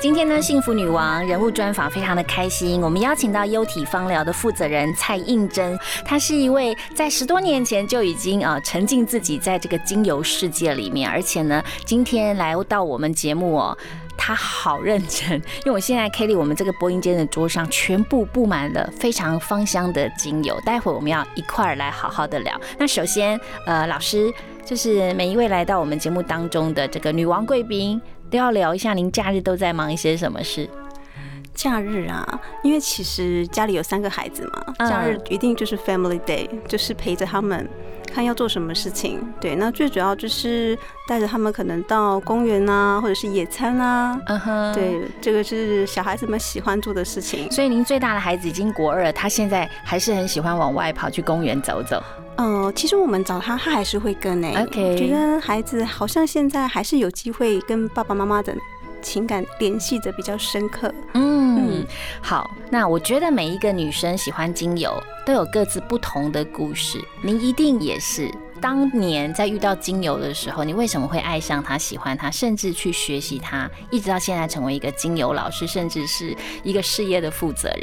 今天呢，幸福女王人物专访非常的开心，我们邀请到优体芳疗的负责人蔡应珍，她是一位在十多年前就已经啊、呃沉浸自己在这个精油世界里面，而且呢，今天来到我们节目哦。她好认真，因为我现在 Kelly 我们这个播音间的桌上全部布满了非常芳香的精油，待会我们要一块儿来好好的聊。那首先，呃，老师就是每一位来到我们节目当中的这个女王贵宾，都要聊一下您假日都在忙一些什么事。假日啊，因为其实家里有三个孩子嘛，嗯假日一定就是 family day，就是陪着他们看要做什么事情。对，那最主要就是带着他们可能到公园啊，或者是野餐啊。嗯哼，。对，这个是小孩子们喜欢做的事情。所以您最大的孩子已经国二了，他现在还是很喜欢往外跑去公园走走。呃，其实我们找他，他还是会跟诶、 OK 觉得孩子好像现在还是有机会跟爸爸妈妈的情感联系的比较深刻。嗯，好，那我觉得每一个女生喜欢精油都有各自不同的故事，您一定也是。当年在遇到精油的时候，你为什么会爱上它、喜欢它，甚至去学习它，一直到现在成为一个精油老师，甚至是一个事业的负责人？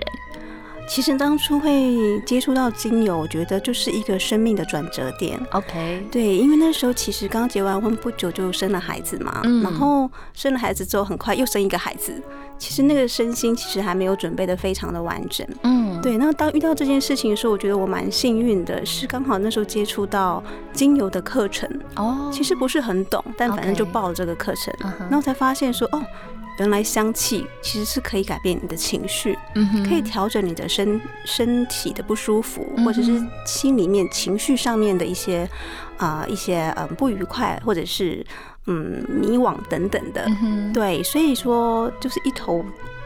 其实当初会接触到精油，我觉得就是一个生命的转折点。 OK，对，因为那时候其实刚结完婚不久就生了孩子嘛，嗯然后生了孩子之后很快又生一个孩子，其实那个身心其实还没有准备的非常的完整。嗯，对，那当遇到这件事情的时候，我觉得我蛮幸运的，是刚好那时候接触到精油的课程，哦，其实不是很懂，但反正 OK 就报了这个课程，嗯哼然后才发现说哦。原来香气其实是可以改变你的情绪，嗯哼可以调整你的身身体的不舒服，嗯哼或者是心里面情绪上面的一些啊、呃一些嗯不愉快，或者是嗯迷惘等等的。嗯哼对，所以说就是一头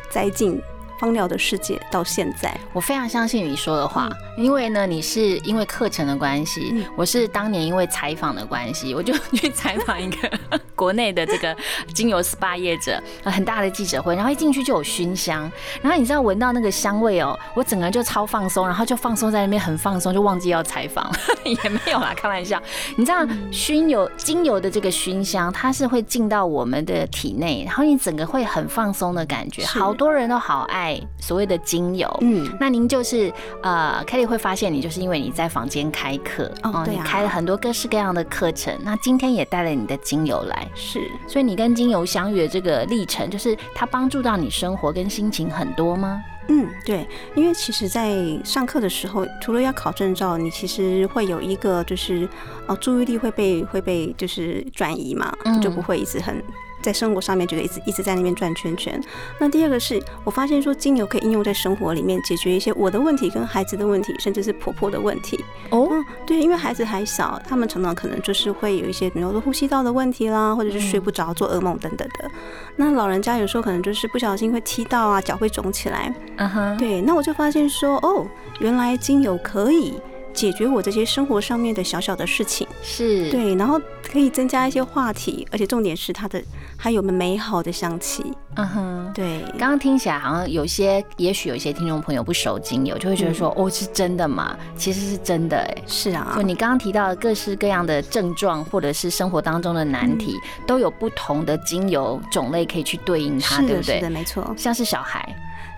栽进芳疗的世界到现在。我非常相信你说的话，因为呢，你是因为课程的关系，嗯我是当年因为采访的关系，我就去采访一个 国内的这个精油 SPA 业者，呃很大的记者会，然后一进去就有熏香，然后你知道闻到那个香味哦，我整个人就超放松，然后就放松在那边很放松，就忘记要采访， 也没有啦，开玩笑。你知道嗯熏油精油的这个熏香，它是会进到我们的体内，然后你整个会很放松的感觉。是好多人都好爱所谓的精油，嗯，那您就是呃，Kelly 会发现你就是因为你在房间开课哦对你啊开了很多各式各样的课程。那今天也带了你的精油来，是所以你跟精油相遇的这个历程，就是它帮助到你生活跟心情很多吗？嗯，对，因为其实，在上课的时候，除了要考证照，你其实会有一个就是，哦，注意力会被会被就是转移嘛，嗯就不会一直很在生活上面觉得一直一直在那边转圈圈。那第二个是我发现说精油可以应用在生活里面，解决一些我的问题、跟孩子的问题，甚至是婆婆的问题。哦嗯，对，因为孩子还小，他们常常可能就是会有一些，比如说呼吸道的问题啦，或者是睡嗯不着、做噩梦等等的。那老人家有时候可能就是不小心会踢到啊，脚会肿起来。嗯哼，对，那我就发现说，哦，原来精油可以解决我这些生活上面的小小的事情，是，对，然后可以增加一些话题，而且重点是它的还有美好的香气，嗯哼。对，刚刚听起来好像有些，也许有些听众朋友不熟精油，就会觉得说，嗯哦，是真的吗？其实是真的哎、是啊就，你刚刚提到的各式各样的症状，或者是生活当中的难题，都有不同的精油种类可以去对应它，嗯是啊对的，不是的，对？没错，像是小孩，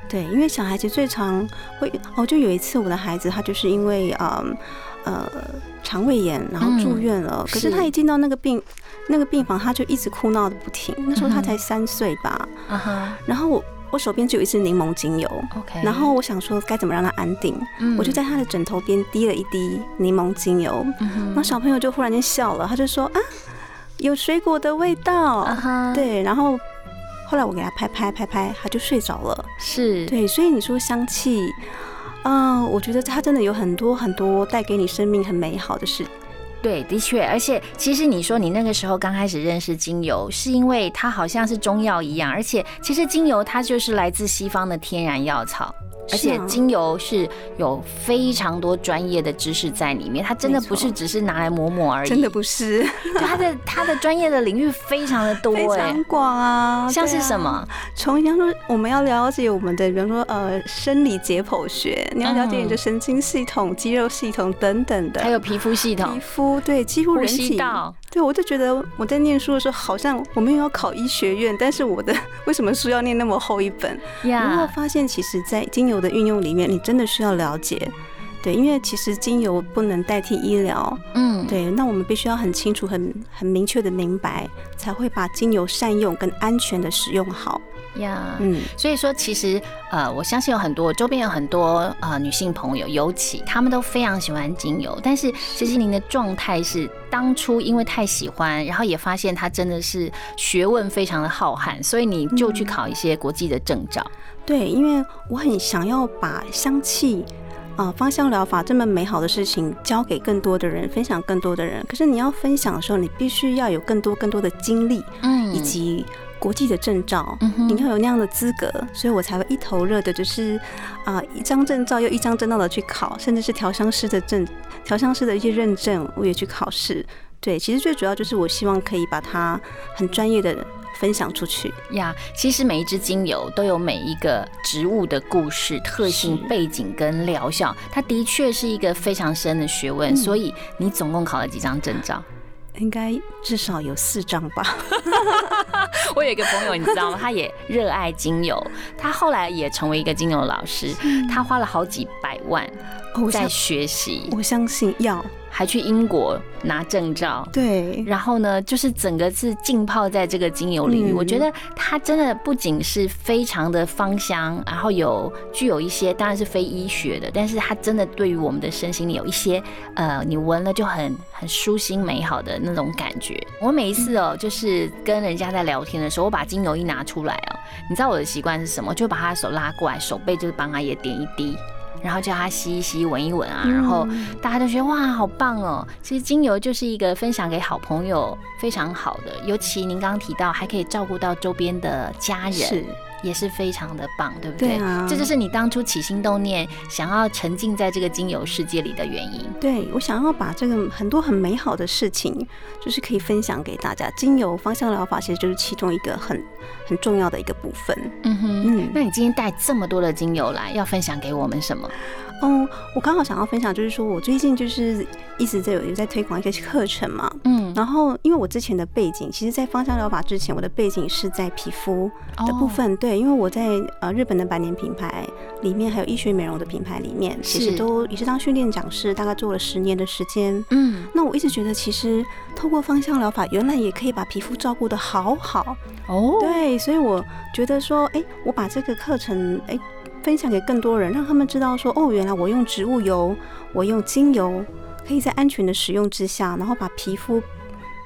对，因为小孩子最常会，哦，就有一次我的孩子他就是因为嗯呃肠胃炎，然后住嗯院了，可是他是一进到那个病那个病房，他就一直哭闹的不停，那嗯时候他才三岁吧，啊哈然后我我手边只有一支柠檬精油。 ，OK，Uh-huh，然后我想说该怎么让他安定，嗯我就在他的枕头边滴了一滴柠檬精油，嗯那小朋友就忽然间笑了，他就说啊，有水果的味道啊，哈，，对，然后后来我给他拍拍拍拍，他就睡着了，是，对，所以你说香气，啊、我觉得它真的有很多很多带给你生命很美好的事。对，的确，而且其实你说你那个时候刚开始认识精油，是因为它好像是中药一样，而且其实精油它就是来自西方的天然药草。而是且啊精油是有非常多专业的知识在里面，它真的没错不是只是拿来抹抹而已。真的不是就它的它的专业的领域非常的多非哎常，广啊，像是对啊什么？从比方说，我们要了解我们的，比方说，呃，生理解剖学，你要了解你的神经系统、肌肉系统等等的，嗯还有皮肤系皮统、肤，对，几乎呼人吸体。道，对，我就觉得我在念书的时候，好像我没有要考医学院，但是我的为什么书要念那么厚一 本？然后呀，发现，其实，在精油的运用里面，你真的需要了解。对，因为其实精油不能代替医疗，嗯，对，那我们必须要很清楚、很很明确的明白，才会把精油善用跟安全的使用好。呀，嗯，所以说，其实呃，我相信有很多周边有很多呃女性朋友，尤其她们都非常喜欢精油。但是其实您的状态是当初因为太喜欢，然后也发现它真的是学问非常的浩瀚，所以你就去考一些国际的证照。对，因为我很想要把香气。啊、芳香疗法这么美好的事情，交给更多的人，分享更多的人。可是你要分享的时候，你必须要有更多更多的经历，嗯以及国际的证照，嗯哼你要有那样的资格，所以我才会一头热的，就是啊、一张证照又一张证照的去考，甚至是调香师的证，调香师的一些认证，我也去考试。对，其实最主要就是我希望可以把它很专业的分享出去。呀其实每一支精油都有每一个植物的故事、特性是、背景跟疗效，它的确是一个非常深的学问。所以你总共考了几张证照？ 应该至少有四张吧。我有一个朋友，你知道吗？他也热爱精油，他后来也成为一个精油老师，他花了好几百万哦我在相学习，我相信要还去英国拿证照。对然后呢，就是整个是浸泡在这个精油领域。嗯我觉得它真的不仅是非常的芳香，然后有具有一些当然是非医学的，但是它真的对于我们的身心里有一些呃，你闻了就很很舒心美好的那种感觉。我每一次哦，就是跟人家在聊天的时候，我把精油一拿出来哦，你知道我的习惯是什么？就把他的手拉过来，手背就是帮他也点一滴。然后叫他吸一吸、闻一闻啊，然后大家都觉得哇，好棒哦！其实精油就是一个分享给好朋友非常好的，尤其您刚刚提到还可以照顾到周边的家人，是也是非常的棒，对不对？对啊这就是你当初起心动念想要沉浸在这个精油世界里的原因。对，我想要把这个很多很美好的事情，就是可以分享给大家。精油芳香疗法其实就是其中一个很很重要的一个部分。嗯哼，嗯那你今天带这么多的精油来，要分享给我们什么？嗯，我刚好想要分享，就是说我最近就是一直在有有在推广一个课程嘛。嗯，然后，因为我之前的背景，其实，在芳香疗法之前，我的背景是在皮肤的哦部分。对，因为我在呃日本的百年品牌里面，还有医学美容的品牌里面，其是实都也是当训练讲师，大概做了十年的时间。嗯，那我一直觉得，其实透过芳香疗法，原来也可以把皮肤照顾的好好。哦，对，所以我觉得说，哎，我把这个课程，哎，分享给更多人，让他们知道说，哦，原来我用植物油，我用精油，可以在安全的使用之下，然后把皮肤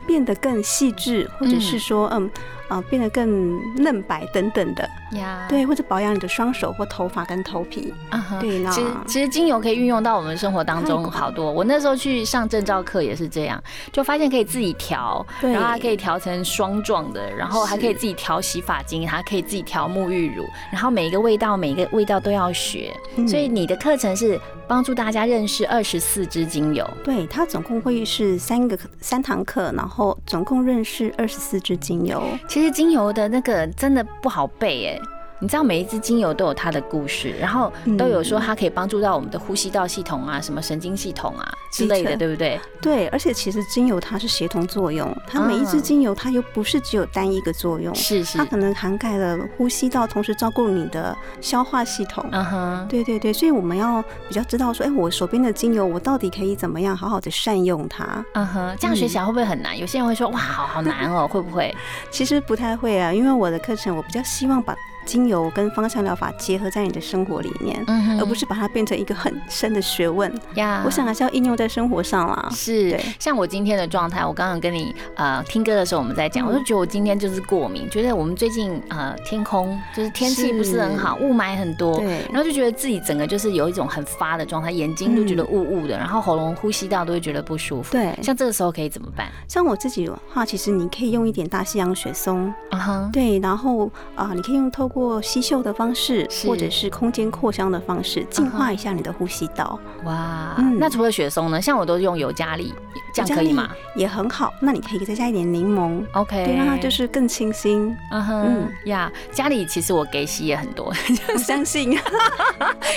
变得更细致，或者是说，嗯，啊、变得更嫩白等等的。呀，对，或者保养你的双手或头发跟头皮。啊哈对啦其实其实精油可以运用到我们生活当太中广好多。我那时候去上证照课也是这样，就发现可以自己调，对然后还可以调成霜状的，然后还可以自己调洗发精，还可以自己调沐浴乳，然后每一个味道每一个味道都要学。嗯所以你的课程是帮助大家认识二十四支精油。对，它总共会是三个课三堂课，然后总共认识二十四支精油。其实精油的那个真的不好背哎。你知道每一支精油都有它的故事，然后都有嗯说它可以帮助到我们的呼吸道系统啊、什么神经系统啊之类的，的确对不对？对，而且其实精油它是协同作用，它每一支啊精油它又不是只有单一个作用，是是它，可能涵盖了呼吸道，同时照顾你的消化系统。嗯哼，对对对，所以我们要比较知道说，哎，我手边的精油，我到底可以怎么样好好的善用它？嗯哼，这样学起来会不会很难？有些 人会说哇，好好难哦，会不会？其实不太会啊，因为我的课程我比较希望把精油跟芳香疗法结合在你的生活里面，嗯哼而呃不是把它变成一个很深的学问。呀我想还是要应用在生活上啦。是对，像我今天的状态，我刚刚跟你呃听歌的时候我们在讲，嗯我就觉得我今天就是过敏，觉得我们最近呃天空就是天气是不是很好，雾霾很多。对，然后就觉得自己整个就是有一种很发的状态，眼睛都觉得雾雾的，然后喉咙、呼吸道都会觉得不舒服。嗯对，像像这个时候可以怎么办？像我自己的话，其实你可以用一点大西洋雪松，啊哈，对，然后啊、你可以用透过吸嗅的方式，是或者是空间扩香的方式，净化一下你的呼吸道，哇，嗯那除了雪松呢？像我都用尤加利，这样可以吗也很好。那你可以再加一点柠檬， ？OK，对，让它就是更清 新。嗯哼呀家里其实我给洗也很多， 我相信，啊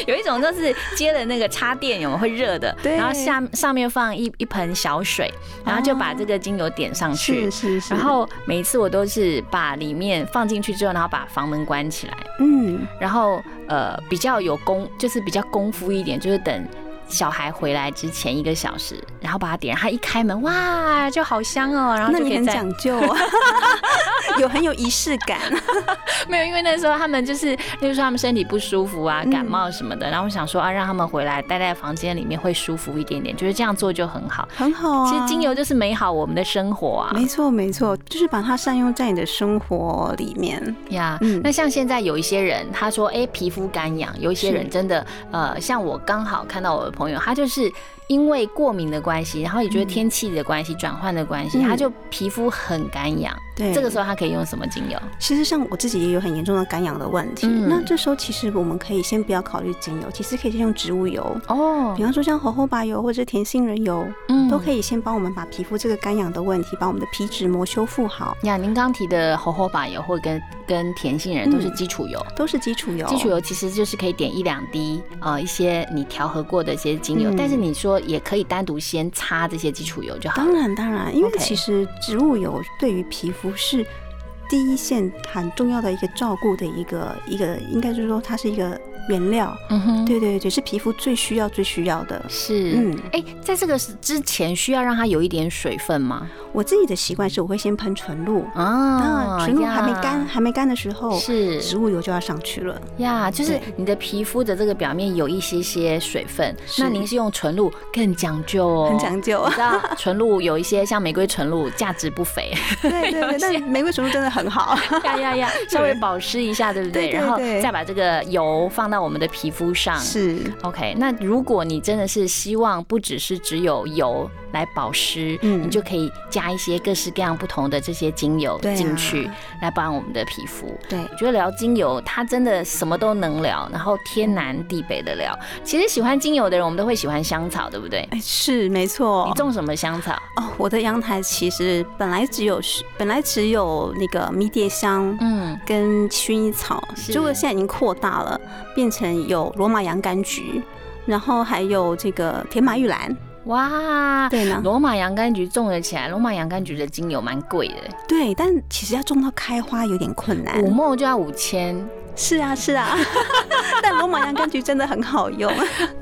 有一种就是接了那个插电有没有会热的，对然后下上面放一一盆小水，然后就把这个精油点上去。是是然后每一次我都是把里面放进去之后，然后把房门关起来，嗯，然后呃比较有功，就是比较功夫一点，就是等小孩回来之前一个小时，然后把它点燃，他一开门哇就好香哦，然后那就可你以很再讲究、 哦，有很有仪式感。没有，因为那时候他们就是，例如说他们身体不舒服啊，嗯感冒什么的，然后我想说啊，让他们回来待在房间里面会舒服一点点，就是这样做就很好。 很好啊。其实精油就是美好我们的生活啊没错没错，就是把它善用在你的生活里面。呀。嗯那像现在有一些人，他说哎、皮肤干痒，有一些是人真的呃，像我刚好看到我的朋友，他就是因为过敏的关系，然后也觉得天气的关系、转换的关系，嗯他就皮肤很干痒。对，这个时候他可以用什么精油？其实像我自己也有很严重的干痒的问题，嗯那这时候其实我们可以先不要考虑精油，其实可以先用植物油。哦比，方说像猴猴拔油或者是甜杏仁油，嗯都可以先帮我们把皮肤这个干痒的问题，把我们的皮脂膜修复好，呀，您刚提的猴猴把油或跟跟甜杏仁都是基础油。都是基础油。基础油其实就是可以点一两滴，呃，一些你调和过的一些精油，嗯但是你说也可以单独先擦这些基础油就好当了。然当然，因为 OK 其实植物油对于皮肤是第一线很重要的一个照顾的一个一个，应该就是说它是一个原料。嗯哼，对对对，是皮肤最需要最需要的。是。嗯，哎、在这个之前需要让它有一点水分吗？我自己的习惯是我会先喷纯露，啊那纯露还没呀干还没干的时候，啊是植物油就要上去了。呀，就是对你的皮肤的这个表面有一些些水分，是那您是用纯露更讲究哦，很 讲究啊你，知道纯露有一些像玫瑰纯露价值不菲，对对有对，一些但玫瑰纯露真的很 好，呀呀呀，稍微保湿一下，对不对？对对然后对再把这个油放到我们的皮肤上。是 OK，那如果你真的是希望不只是只有油来保湿，嗯你就可以加一些各式各样不同的这些精油对啊进去，来帮我们的皮肤。对我觉得聊精油，它真的什么都能聊，然后天南地北的聊。其实喜欢精油的人，我们都会喜欢香草，对不对？哎是没错你。种什么香草？哦，我的阳台其实本来只有是本来只有那个迷迭香嗯，跟薰衣草，是结果现在已经扩大了，变成有罗马洋甘菊，然后还有这个甜马玉兰。哇，对呢，啊罗马洋甘菊种了起来，罗马洋甘菊的精油蛮贵的。对，但其实要种到开花有点困难五。梦就要五千。是啊，是啊， 但罗马洋甘菊真的很好用，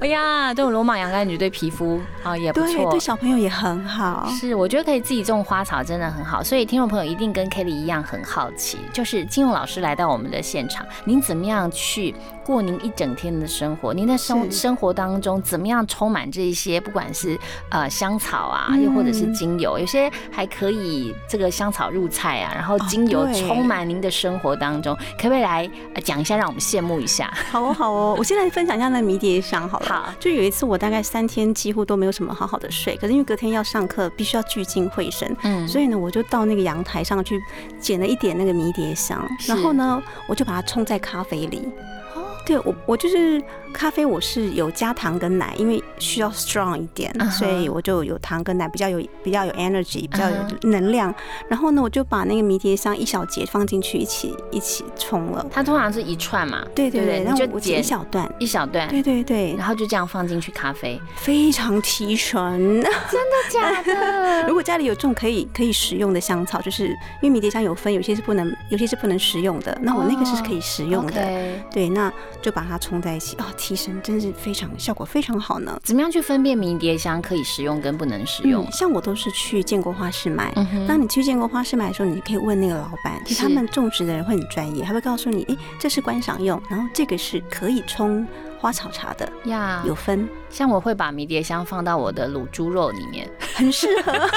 哎呀，对我罗马洋甘菊对皮肤啊、也不对，错对。小朋友也很好。是，我觉得可以自己种花草真的很好，所以听众朋友一定跟 Kelly 一样很好奇，就是金勇老师来到我们的现场，您怎么样去过您一整天的生活？您的生是生活当中怎么样充满这一些，不管是呃香草啊，嗯又或者是精油，有些还可以这个香草入菜啊，然后哦精油对充满您的生活当中，可不可以来呃讲一下，让我们羡慕一下？好哦，好哦，我先来分享一下那迷迭香好了。好就有一次我大概三天几乎都没有什么好好的睡，可是因为隔天要上课，必须要聚精会神，嗯所以呢，我就到那个阳台上去捡了一点那个迷迭香，然后呢，我就把它冲在咖啡里。哦对我，我就是咖啡，我是有加糖跟奶，因为需要 strong 一点嗯哼所以我就有糖跟奶，比较有比较有 energy，比较有嗯哼能量。然后呢，我就把那个迷迭香一小节放进去，一起一起冲了。它通常是一串嘛，对对对对，你然后就我剪剪一小段，一小段，对对对，然后就这样放进去咖啡，非常提神。 假 的？如果家里有这种可以可以食用的香草，就是因为迷迭香有分，有些是不能，有些是不能食用的。那我那个是可以食用的。哦 OK，对，那就把它冲在一起，哦，提神真是非常效果非常好呢。怎么样去分辨迷迭香可以食用跟不能食用嗯，？像我都是去建国花市买。嗯哼，当你去建国花市买的时候，你可以问那个老板，是他们种植的人会很专业，他会告诉你，诶，这是观赏用，然后这个是可以冲花草茶的，呀有分，像我会把迷迭香放到我的卤猪肉里面。很适合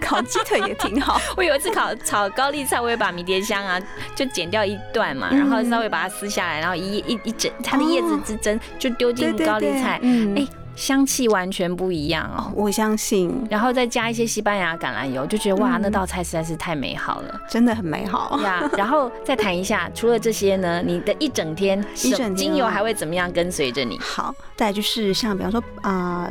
烤鸡腿也 挺好。 我有一次烤炒高丽菜，我也把迷迭香啊就剪掉一段嘛，嗯然后稍微把它撕下来，然后一一一整它的叶子之争就丢进高丽菜，嗯哎香气完全不一样哦。我相信然后再加一些西班牙橄榄油，就觉得哇，嗯那道菜实在是太美好了真的很美好。 呀！然后再谈一下，除了这些呢，你的一整天，一整天啊精油还会怎么样跟随着你？好，再来就是像比方说啊。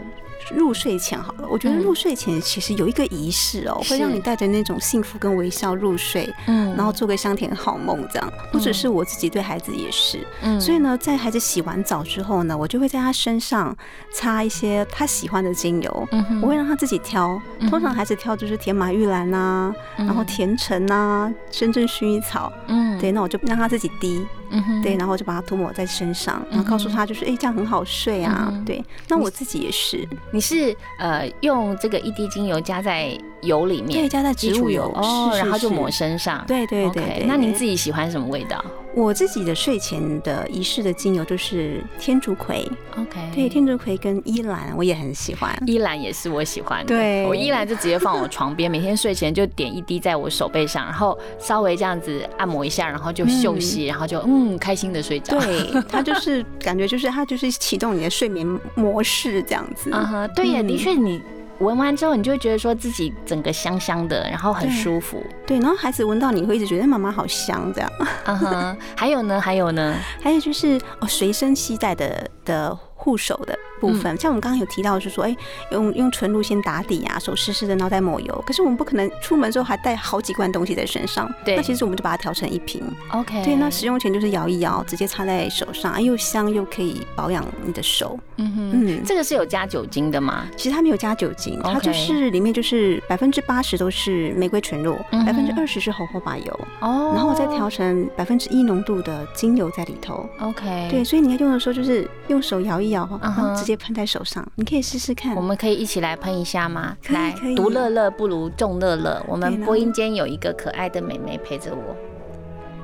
入睡前好了，我觉得嗯入睡前其实有一个仪式哦，是会让你带着那种幸福跟微笑入睡，嗯然后做个香甜好梦这样。不只是我自己，对孩子也是。嗯所以呢，在孩子洗完澡之后呢，我就会在他身上擦一些他喜欢的精油，嗯哼我会让他自己挑。通常孩子挑就是天马玉兰啊，然后甜橙啊，深圳薰衣草。嗯对，那我就让他自己滴，嗯哼对，然后我就把它涂抹在身上，然后告诉他就是，哎、这样很好睡啊。嗯对，那我自己也是，你是呃用这个一滴精油加在油里面，对，加在基植础物油油哦，是是然后就是抹身上。对对对 OK，对那您对自己喜欢什么味道我自己的睡前的仪式的精油就是天竺葵， ？OK，对，天竺葵跟依兰我也很喜欢。依兰也是我喜欢的，对我依兰就直接放我床边，每天睡前就点一滴在我手背上，然后稍微这样子按摩一下，然嗯后就休息，然后就嗯开心的睡啊着。对，它 就是感觉就是它就是启动你的睡眠模式这样子。嗯哼，对呀，嗯的确你闻完之后，你就会觉得说自己整个香香的，然后很对舒服。对，然后孩子闻到你会一直觉得妈妈好香这样。嗯哼，还有呢，还有 呢，还有就是哦，随身携带的的护手的部嗯分，像我们刚刚有提到，就是说，哎、用用纯露先打底啊，手湿湿的，然后再抹油。可是我们不可能出门之后还带好几罐东西在身上，对那其实我们就把它调成一瓶， OK，对，那使用前就是摇一摇，直接擦在手上，哎又香又可以保养你的手。嗯哼，嗯，这个是有加酒精的吗？其实它没有加酒精，它 OK 就是里面就是百分之八十都是玫瑰纯露，嗯哼百分之二十是猴荷巴油，哦然后我再调成百分之一浓度的精油在里头。 OK，对，，所以你要用的时候就是用手摇一摇，然嗯哼后直接喷在手上，你可以试试看我。们可以一起来喷一下吗？可以来可，以独乐乐不如众乐乐。我们对播然后音间有一个可爱的美眉陪着我，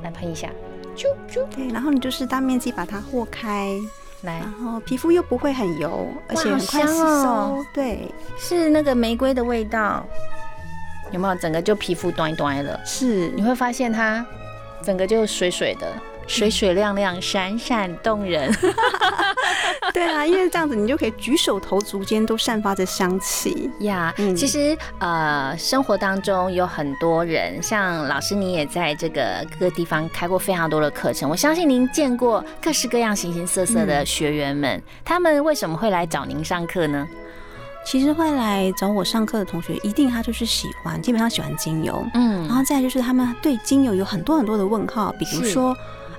来喷一下，啾啾，对，然后你就是大面积把它和开，来然，后皮肤又不会很油，而且很快好香吸收。哦对，是那个玫瑰的味道，有没有？整个就皮肤端一端了，是你会发现它整个就水水的。水水亮亮，闪闪动 人。 对啊，因为这样子你就可以举手投足间都散发着香气。呀、嗯其实呃，生活当中有很多人，像老师你也在这个各个地方开过非常多的课程，我相信您见过各式各样、形形色色的学员们，他们为什么会来找您上课呢？其实会来找我上课的同学，一定他就是喜欢，基本上喜欢精油。然嗯，后再来就是他们对精油有很多很多的问号，比如是说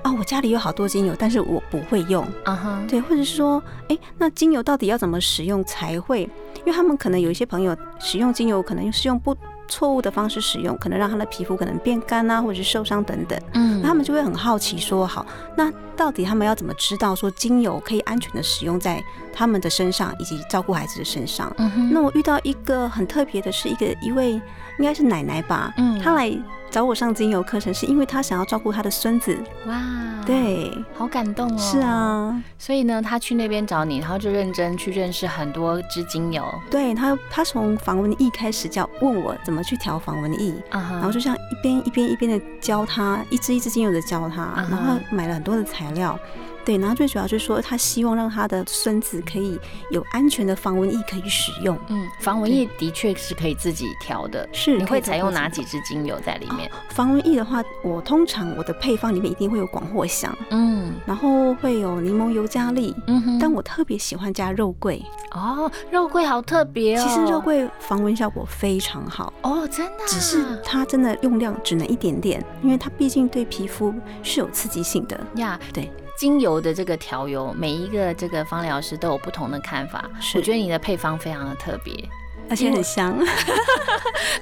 啊，我家里有好多精油，但是我不会用。啊哈，对，或者是说，哎，那精油到底要怎么使用才会？因为他们可能有一些朋友使用精油，可能是用不错误的方式使用，可能让他的皮肤可能变干啊，或者是受伤等等。嗯那他们就会很好奇说，好，那到底他们要怎么知道说精油可以安全的使用在他们的身上，以及照顾孩子的身上？嗯哼，那我遇到一个很特别的是，一个一位应该是奶奶吧，嗯她来找我上精油课程，是因为她想要照顾她的孙子。哇，，对，好感动哦。是，啊，所以呢，他去那边找你，然后就认真去认识很多支精油，对她，她从防蚊液开始教问我怎么去调防蚊液。啊哈，然后就像一边一边一边的教她，一支一支精油的教她，嗯哼然后她买了很多的材料，对，然后最主要就是说她希望让她的孙子可以有安全的防蚊液可以使用，嗯，防蚊液的确是可以自己调的。是你可会以做采用各种哪几支精油在里面？防蚊液的话，我通常我的配方里面一定会有广藿香，嗯然后会有柠檬尤加利，嗯哼但我特别喜欢加肉桂。哦，肉桂好特别哦。其实肉桂防蚊效果非常好，哦，真的啊、只是它真的用量只能一点点，因为它毕竟对皮肤是有刺激性的。呀，对，精油的这个调油，每一个这个芳疗师都有不同的看法。是我觉得你的配方非常的特别。而且很香，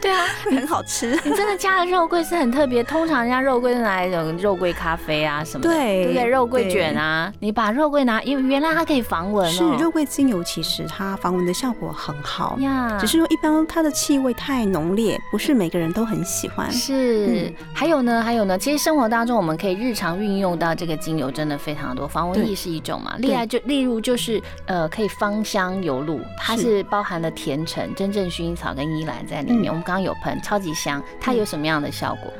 对啊， 很好吃。你真的加了肉桂是很特别，通常人家肉桂是拿一种肉桂咖啡啊什么的，对对不对？肉桂卷啊，你把肉桂拿，因为原来它可以防蚊是哦，肉桂精油，其实它防蚊的效果很好，呀，只是说一般它的气味太浓烈，不是每个人都很喜欢。是嗯，还有呢，还有呢，其实生活当中我们可以日常运用到这个精油，真的非常多。防蚊对液是一种嘛，对例外就例如就是呃，可以芳香油露，它是是包含了甜橙、真正薰衣草跟依兰在里面。嗯我们刚刚有喷，超级香，它有什么样的效果？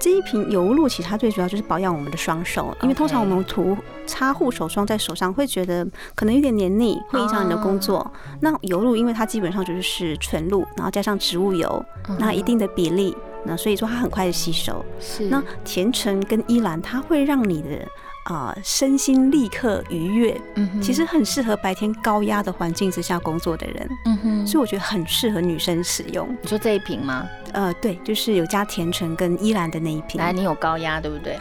这一瓶油露其实它最主要就是保养我们的双哦手，因为通常我们涂擦护手霜在手上会觉得可能有点黏腻，会影响你的工作。哦那油露因为它基本上就是纯露，然后加上植物油，嗯那一定的比例，那所以说它很快的吸收。是那甜橙跟依兰，它会让你的啊、呃身心立刻愉悦，嗯哼其实很适合白天高压的环境之下工作的人，嗯哼，所以我觉得很适合女生使用。你说这一瓶吗？呃，对，就是有加甜橙跟依兰的那一瓶，来，你有高压对不 对？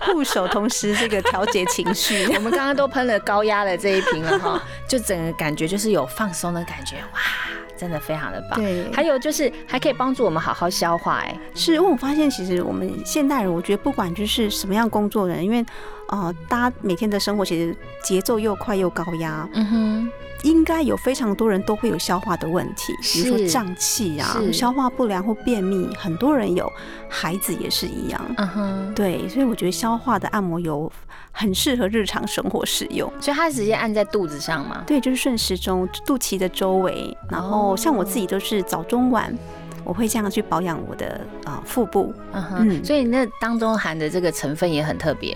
护手同时这个调节情 绪。我们刚刚都喷了高压的这一瓶了 哈，就整个感觉就是有放松的感觉，哇，真的非常的棒。 对，还有就是还可以帮助我们好好消化、哎，是因为我发现，其实我们现代人，我觉得不管就是什么样工作的人，因为呃，大家每天的生活其实节奏又快又高压，嗯哼，应该有非常多人都会有消化的问题，比是如说胀气啊是、消化不良或便秘，很多人有，孩子也是一样。嗯哼，对，所以我觉得消化的按摩油很适合日常生活使用。所以它直接按在肚子上嘛。对，就是顺时钟、肚脐的周围，然后像我自己都是早中晚，我会这样去保养我的啊、呃腹部。嗯哼，嗯所以那当中含的这个成分也很特别。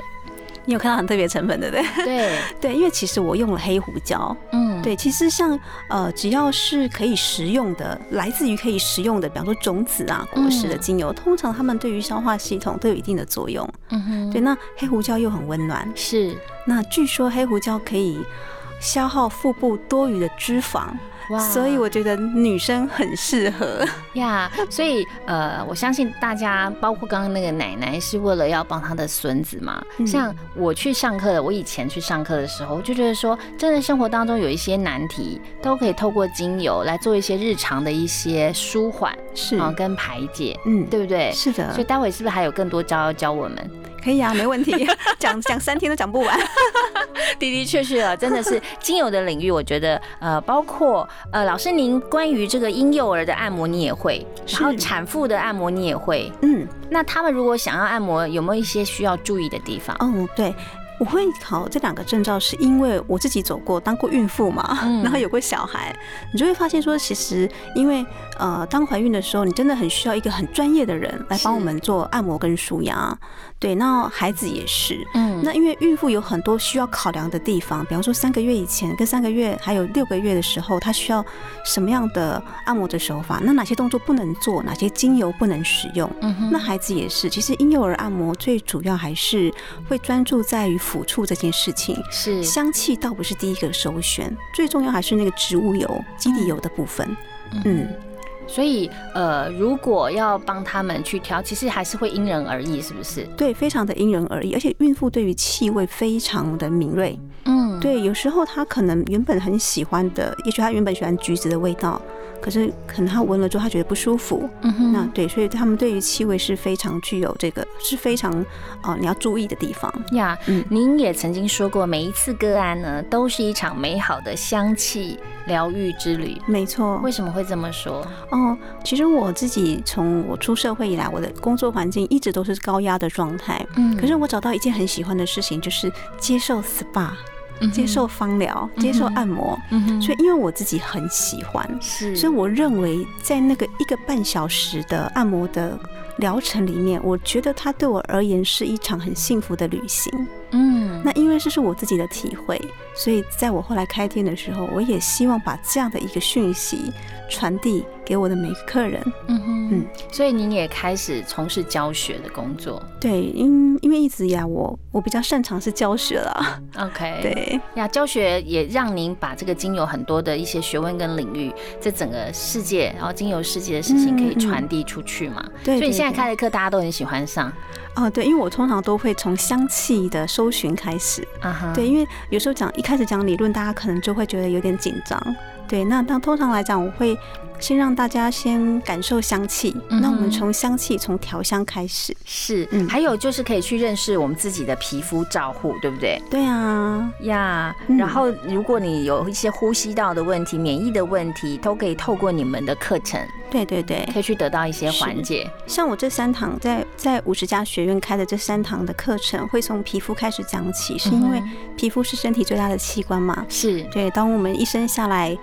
你有看到很特别成分对不 对？对，对，因为其实我用了黑胡椒。嗯，对，其实像呃，只要是可以食用的，来自于可以食用的，比方说种子啊、果实的嗯精油，通常它们对于消化系统都有一定的作用。嗯哼，对，那黑胡椒又很温暖，是那据说黑胡椒可以消耗腹部多余的脂肪，哇所以我觉得女生很适合。呀所以呃，我相信大家，包括刚刚那个奶奶，是为了要帮她的孙子嘛。嗯像我去上课的，我以前去上课的时候，我就觉得说，真的生活当中有一些难题，都可以透过精油来做一些日常的一些舒缓是啊、跟排解，嗯，对不对？是所以的，待会是不是还有更多招要教我们？可以啊，没问 题，讲讲三天都讲不完。的的确确啊，真的 是精油的领域，我觉得呃，包括呃，老师您关于这个婴幼儿的按摩你也会，然是后产妇的按摩你也会，嗯，那他们如果想要按摩，有没有一些需要注意的地方？哦，对。我会考这两个证照，是因为我自己走过，当过孕妇嘛， 嗯然后有过小孩，你就会发现说，其实因为呃，当怀孕的时候，你真的很需要一个很专业的人来帮是我们做按摩跟舒压。对，那孩子也是，嗯那因为孕妇有很多需要考量的地方，比方说三个月以前跟三个月，还有六个月的时候，她需要什么样的按摩的手法？那哪些动作不能做？哪些精油不能使用？嗯哼那孩子也是，其实婴幼儿按摩最主要还是会专注在于抚触这件事情，是香气倒不是第一个首选，最重要还是那个植物油、基底油的部分。嗯，所以呃，如果要帮他们去挑，其实还是会因人而异，是不是？对，非常的因人而异，而且孕妇对于气味非常的敏锐。嗯，对，有时候他可能原本很喜欢的，也许他原本喜欢橘子的味道，可是可能他闻了之后他觉得不舒服。嗯哼那对，所以他们对于气味是非常具有这个是非常啊、呃你要注意的地方。呀嗯您也曾经说过，每一次个案呢，都是一场美好的香气疗愈之旅。没错为，什么会这么说？哦，其实我自己从我出社会以来，我的工作环境一直都是高压的状态。嗯可是我找到一件很喜欢的事情，就是接受 SPA、接受，芳疗、接受嗯哼按摩。嗯哼所以，因为我自己很喜欢，是，所以我认为，在那个一个半小时的按摩的疗程里面，我觉得它对我而言是一场很幸福的旅行。嗯，那因为这是我自己的体会，所以在我后来开店的时候，我也希望把这样的一个讯息传递给我的每个客人。嗯哼，嗯嗯，所以您也开始从事教学的工作对，因因为一直以来我我比较擅长是教学啦， ，OK，，对嗯呀，教学也让您把这个精油很多的一些学问跟领域，在整个世界，然后精油世界的事情可以嗯嗯传递出去嘛。对。所以对你现在对开的课，大家都很喜欢上哦，对，因为我通常都会从香气的搜寻开始。啊哈。对，因为有时候讲一开始讲理论，大家可能就会觉得有点紧张。对，那那通常来讲，我会先让大家先感受香气。嗯哼那我们从香气，从调香开始。是，嗯还有就是可以去认识我们自己的皮肤照护，对不对？对啊，呀、嗯然后如果你有一些呼吸道的问题、免疫的问题，都可以透过你们的课程，对对对，可以去得到一些是缓解。像我这三堂在在五十家学院开的这三堂的课程，会从皮肤开始讲起，是因为嗯皮肤是身体最大的器官嘛。是，对，当我们一生下来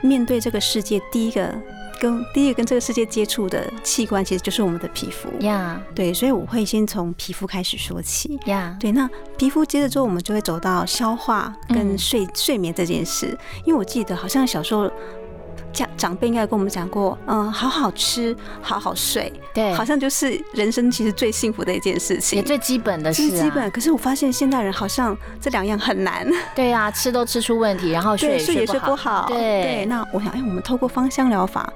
面对这个世界，第一个跟第一个跟这个世界接触的器官，其实就是我们的皮肤。呀对，所以我会先从皮肤开始说起。呀，对，那皮肤接着之后，我们就会走到消化嗯跟睡、睡眠这件事。因为我记得好像小时候家长辈应该跟我们讲过，嗯，好好吃，好好睡，对，好像就是人生其实最幸福的一件事也情。最基本的最是、啊、基本，可是我发现现代人好像这两样很难，对啊，吃都吃出问题，然后睡对，也睡也睡不好。对那我想，哎，我们透过芳香疗法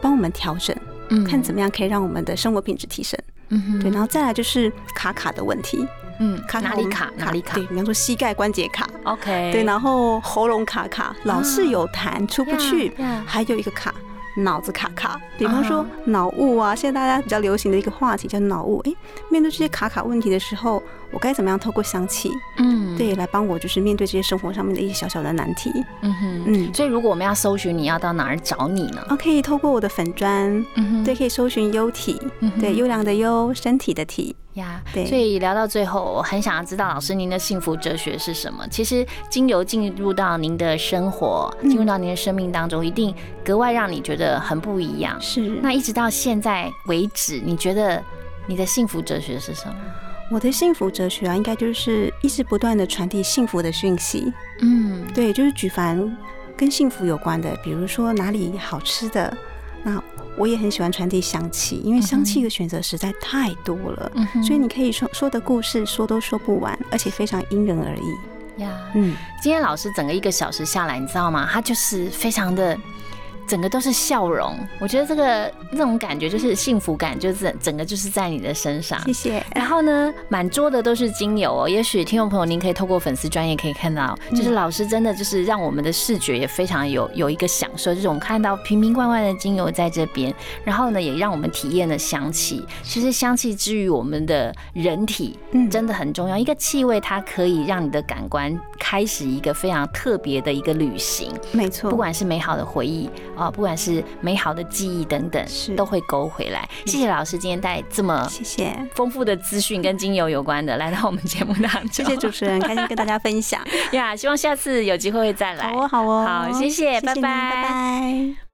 帮我们调整，嗯看怎么样可以让我们的生活品质提升。嗯哼对，然后再来就是卡卡的问题，嗯卡卡哪我里们卡哪里卡哎对，比方说膝盖关节卡， ，OK，对，然后喉咙卡卡，老啊是有痰出不去，呀还有一个卡。脑子卡卡，比方啊说脑雾啊，现在大家比较流行的一个话题叫脑雾。诶，面对这些卡卡问题的时候，我该怎么样透过香气，嗯，对，来帮我就是面对这些生活上面的一些小小的难题？嗯哼。嗯，所以，如果我们要搜寻，你要到哪儿找你呢？啊，可以透过我的粉砖，嗯哼对，，可以搜寻优体，嗯哼对，优良的优，身体的体，呀，对所以聊到最后，我很想要知道老师您的幸福哲学是什么。其实精油进入到您的生活，嗯进入到您的生命当中，一定格外让你觉得很不一样。是那一直到现在为止，你觉得你的幸福哲学是什么？我的幸福哲学啊，应该就是一直不断的传递幸福的讯息。嗯，对，就是举凡跟幸福有关的，比如说哪里好吃的，那我也很喜欢传递香气，因为香气的选择实在太多了。嗯哼所以你可以说说的故事说都说不完，而且非常因人而异。呀，嗯，今天老师整个一个小时下来，你知道吗？他就是非常的，整个都是笑容。我觉得这个那种感觉就是幸福感，就是整个就是在你的身上。谢谢。然后呢，满桌的都是精油哦。也许听众朋友，您可以透过粉丝专业可以看到，就是老师真的就是让我们的视觉也非常有有一个享受，就是我们看到瓶瓶罐罐的精油在这边，然后呢，也让我们体验了香气。其实香气之于我们的人体，嗯真的很重要。一个气味，它可以让你的感官开始一个非常特别的一个旅行。没错，不管是美好的回忆啊、不管是美好的记忆等等，是都会勾回来。谢谢老师今天带这么 谢谢，丰富的资讯跟精油有关的来到我们节目当中。谢谢主持人，开心跟大家分享。呀希望下次有机会再来。好哦，好哦，好谢谢拜您拜拜拜